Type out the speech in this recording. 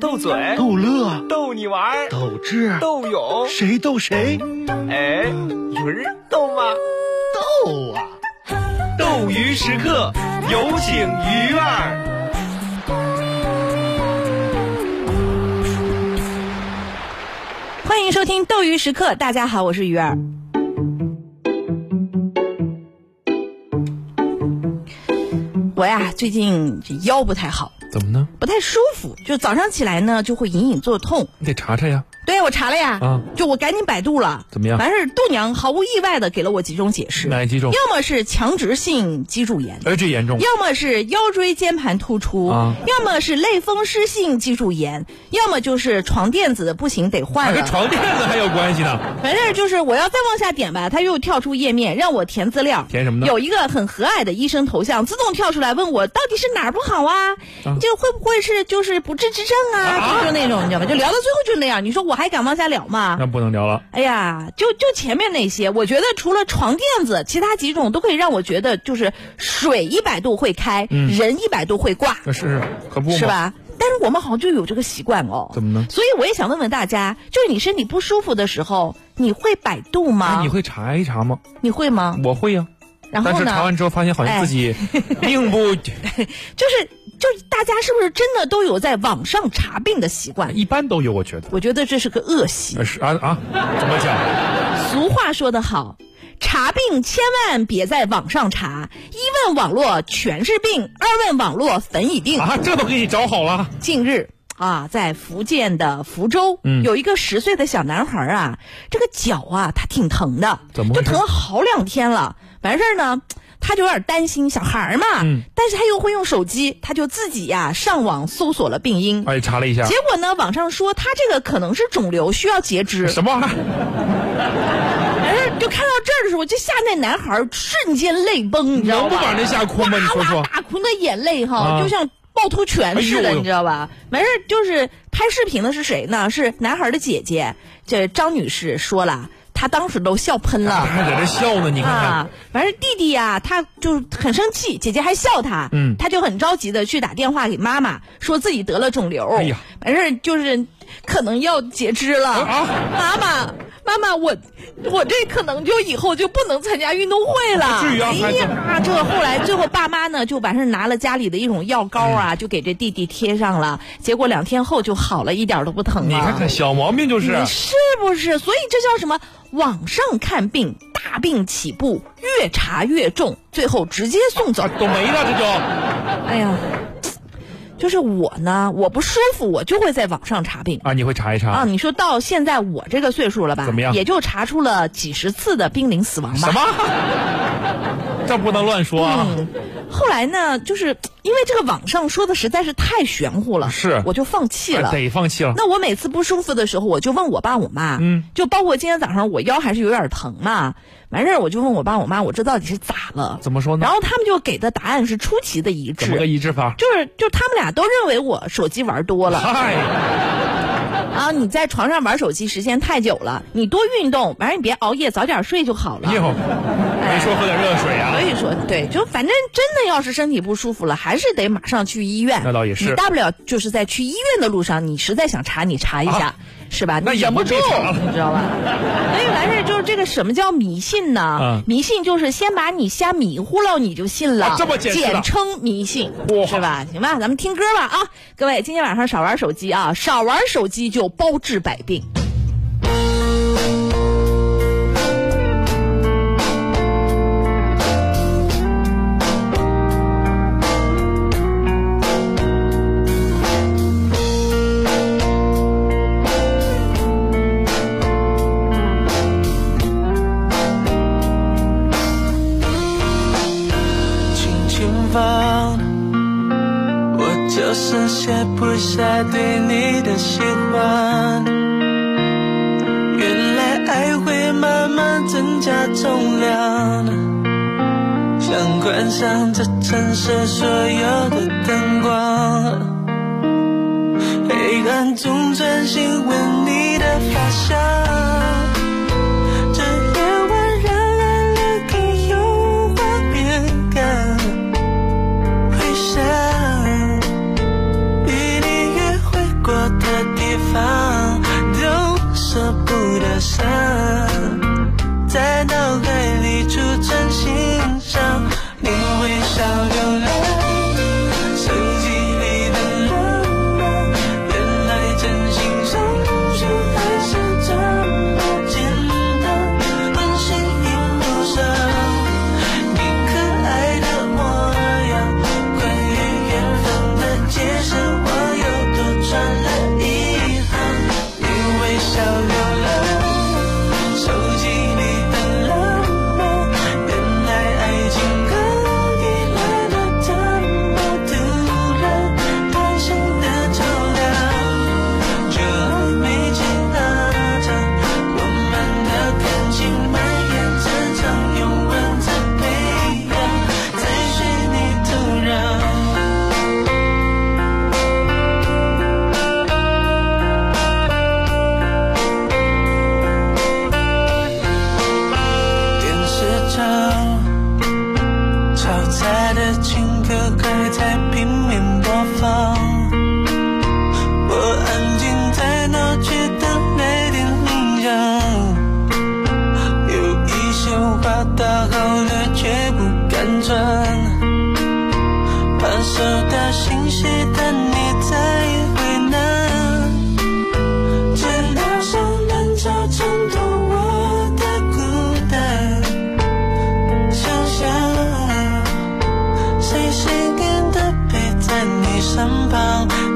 斗嘴、逗乐、逗你玩儿、斗智、斗勇，谁逗谁？哎，鱼儿逗吗？逗啊！斗鱼时刻，有请鱼儿。欢迎收听斗鱼时刻，大家好，我是鱼儿。我呀，最近这腰不太好，怎么呢？不太舒服，就早上起来呢就会隐隐作痛。你得查查呀。对，我查了呀，啊就我赶紧百度了，怎么样完事儿，度娘毫无意外的给了我几种解释，哪几种？要么是强直性脊柱炎，哎，这严重。要么是腰椎间盘突出，啊要么是类风湿性脊柱炎，要么就是床垫子不行得换啊跟了。床垫子还有关系呢？反正就是我要再往下点吧，它又跳出页面让我填资料，填什么呢有一个很和蔼的医生头像自动跳出来问我到底是哪儿不好啊？你这会不会是就是不治之症啊？就就那种你知道吧？就聊到最后就那样，你说我还敢往下聊吗？那不能聊了。哎呀，就就前面那些，我觉得除了床垫子，其他几种都可以让我觉得就是水一百度会开，嗯人一百度会挂。那试试，可不嘛是？吧？但是我们好像就有这个习惯哦。怎么呢所以我也想问问大家，就是你身体不舒服的时候，你会百度吗？哎你会查一查吗？你会吗？我会呀。然后但是查呢？哎完之后发现好像自己 并不就是就是大家是不是真的都有在网上查病的习惯？一般都有，我觉得。我觉得这是个恶习。呃是啊啊，怎么讲？俗话说得好，查病千万别在网上查，一问网络全是病，二问网络坟已定。啊，这都给你找好了。近日啊，在福建的福州，嗯有一个十岁的小男孩啊，这个脚啊，他挺疼的，怎么就回事疼了好两天了。完事儿呢，他就有点担心小孩儿嘛，嗯但是他又会用手机，他就自己呀、上网搜索了病因。哎，查了一下结，果呢？网上说他这个可能是肿瘤，需要截肢。什么啊玩意儿？完事儿就看到这儿的时候，就吓那男孩儿瞬间泪崩，你知道能吗？不把人吓哭吗？你说哇说哇。大哭的眼泪哈，啊就像趵突泉似的，哎呦你知道吧？没事儿，就是拍视频的是谁呢？是男孩的姐姐，这张女士说了，她当时都笑 喷他了。还在这笑呢，你看啊看。，完事儿弟弟呀、他就很生气，姐姐还笑他，嗯他就很着急的去打电话给妈妈，说自己得了肿瘤，哎呀，完事儿就是可能要截肢了，啊，妈妈，妈妈，我我这可能就以后就不能参加运动会了。不至于啊哎呀，这后来最后爸妈呢就把事拿了家里的一种药膏啊，就给这弟弟贴上了，结果两天后就好了，一点都不疼了。你看看，小毛病就是啊你是不是？所以这叫什么？网上看病，大病起步，越查越重，最后直接送走啊。，都没了，这就哎呀，就是我呢，我不舒服，我就会在网上查病。啊，你会查一啊，查？你说到现在我这个岁数了吧？怎么样也就查出了几十次的濒临死亡什吧。么？ 这不能乱说啊！嗯，后来呢，就是因为这个网上说的实在是太玄乎了，是我就放弃了。啊得放弃了。那我每次不舒服的时候，我就问我爸我妈，嗯，就包括今天早上我腰还是有点疼嘛，完事儿我就问我爸我妈，我这到底是咋了？怎么说呢然后他们就给的答案是出奇的一致，怎么个一致 法？就是就他们俩都认为我手机玩多了，嗨，啊，你在床上玩手机时间太久了，你多运动，完事你别熬夜，早点睡就好了。哎哟，哎没说喝点热水啊所？以说，对，就反正真的要是身体不舒服了，还是得马上去医院。那倒也是你大不了就是在去医院的路上，你实在想查，你查一下，啊是吧？那你也忍不不住，必查了你知道吧？所以完事儿就是这个什么叫迷信呢？嗯迷信就是先把你瞎迷糊了，你就信了，啊这么解释的简称迷信，哇是吧？行吧，咱们听歌吧啊！各位，今天晚上少玩手机啊，少玩手机就包治百病。轻轻放，我就剩下不下对你的喜欢。原来爱会慢慢增加重量，想关上这城市所有的灯光，黑暗中专心闻你的发香。这夜晚让人留给有画面感，回想与你约会旁。